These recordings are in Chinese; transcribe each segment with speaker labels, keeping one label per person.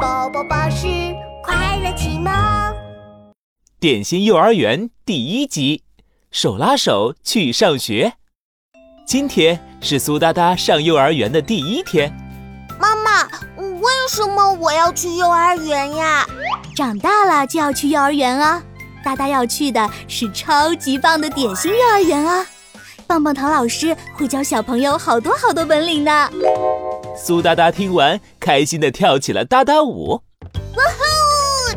Speaker 1: 宝宝巴士快乐启蒙。
Speaker 2: 点心幼儿园第一集，手拉手去上学。今天是苏哒哒上幼儿园的第一天，
Speaker 1: 妈妈，为什么我要去幼儿园呀？
Speaker 3: 长大了就要去幼儿园啊！大大要去的是超级棒的点心幼儿园啊！棒棒糖老师会教小朋友好多好多本领呢。
Speaker 2: 苏哒哒听完，开心的跳起了哒哒舞。
Speaker 1: 哦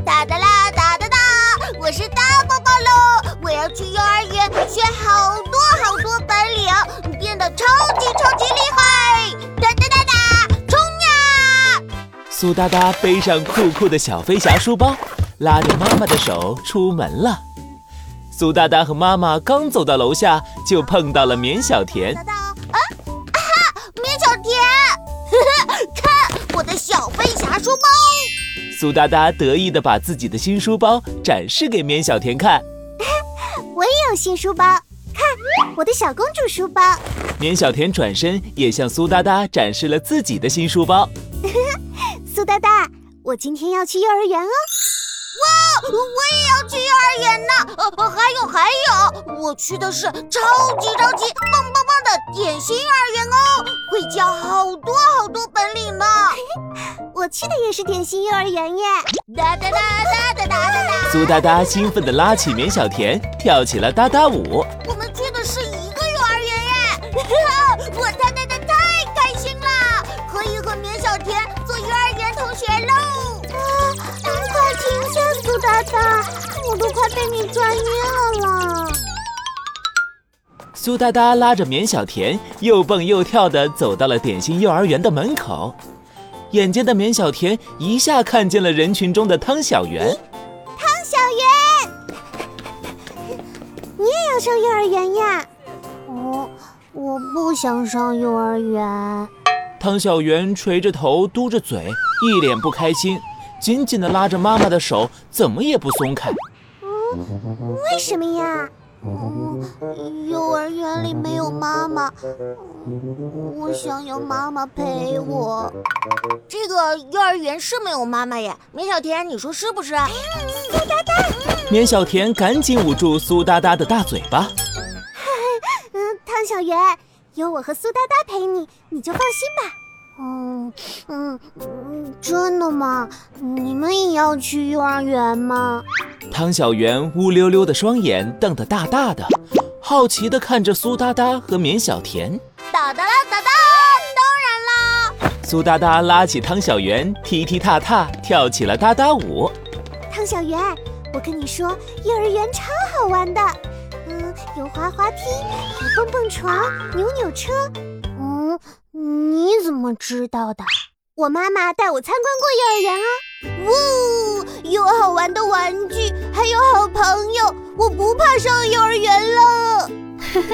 Speaker 1: 哒哒啦哒哒哒，我是大宝宝喽！我要去幼儿园学好多好多本领，变得超级超级厉害！哒哒哒哒，冲呀！
Speaker 2: 苏哒哒背上酷酷的小飞侠书包，拉着妈妈的手出门了。苏哒哒和妈妈刚走到楼下，就碰到了绵小田。
Speaker 1: 哒哒
Speaker 3: 哦
Speaker 1: 啊啊哈！米小 甜，呵呵，看我的小飞侠书包！
Speaker 2: 苏哒哒得意地把自己的新书包展示给绵小田看。
Speaker 3: 我也有新书包，看我的小公主书包。
Speaker 2: 绵小田转身也向苏哒哒展示了自己的新书包。
Speaker 3: 苏哒哒，我今天要去幼儿园哦。
Speaker 1: 我也要去幼儿园呢。呃，呃还有还有，我去的是超级超级棒棒棒的点心幼儿园哦，会教好多好多本领呢。
Speaker 3: 我去的也是点心幼儿园耶。
Speaker 1: 哒哒哒哒哒哒哒哒，
Speaker 2: 苏哒哒兴奋地拉起绵小田，跳起了哒哒舞。
Speaker 1: 我们去的是一个幼儿园耶！ 我太太太太开心啦，可以和绵小田做幼儿园同学喽。
Speaker 3: 啊快停下，苏哒哒，我都快被你转晕了。
Speaker 2: 苏哒哒拉着绵小田，又蹦又跳地走到了点心幼儿园的门口。眼尖的绵小田一下看见了人群中的汤小圆。
Speaker 3: 小圆，你也要上幼儿园呀？
Speaker 1: 我哦我不想上幼儿园。
Speaker 2: 汤小圆垂着头，嘟着嘴，一脸不开心，紧紧地拉着妈妈的手，怎么也不松开。
Speaker 3: 为什么呀？
Speaker 1: 哦幼儿园里没有妈妈，我想要妈妈陪我。这个幼儿园是没有妈妈耶，米小甜，你说是不是？嗯
Speaker 2: 绵小田赶紧捂住苏哒哒的大嘴巴。
Speaker 3: 嗯，汤小圆，有我和苏哒哒陪你，你就放心吧。
Speaker 1: 嗯嗯嗯，真的吗？你们也要去幼儿园吗？
Speaker 2: 汤小圆乌溜溜的双眼瞪得大大的，好奇地看着苏哒哒和绵小田。
Speaker 1: 哒哒啦哒哒，当然啦。
Speaker 2: 苏哒哒拉起汤小圆，踢踢踏踏跳起了哒哒舞。
Speaker 3: 汤小圆，我跟你说，幼儿园超好玩的。嗯，有滑滑梯，有蹦蹦床，扭扭车。
Speaker 1: 嗯，你怎么知道的？
Speaker 3: 我妈妈带我参观过幼儿园啊。
Speaker 1: 哇哦，有好玩的玩具，还有好朋友，我不怕上幼儿园了。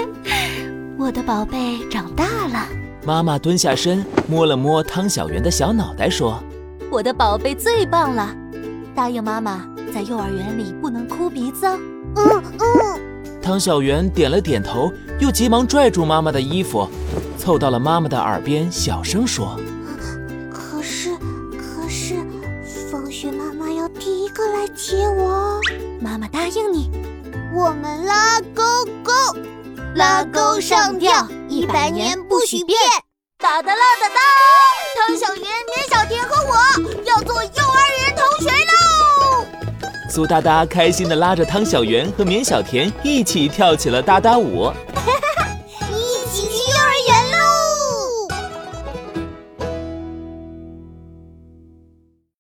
Speaker 3: 我的宝贝长大了，
Speaker 2: 妈妈蹲下身，摸了摸汤小圆的小脑袋，说
Speaker 3: 我的宝贝最棒了。答应妈妈，在幼儿园里不能哭鼻子哦。
Speaker 2: 汤小圆点了点头，又急忙拽住妈妈的衣服，凑到了妈妈的耳边，小声说
Speaker 1: 可是，可是，放学妈妈要第一个来接我。
Speaker 3: 妈妈答应你，
Speaker 1: 我们拉勾勾，拉勾上吊，一百年不许变。哒哒啦哒哒，汤小圆、绵小甜和我要做幼儿园同学喽！：“
Speaker 2: 苏哒哒开心地拉着汤小圆和绵小田一起跳起了哒哒舞。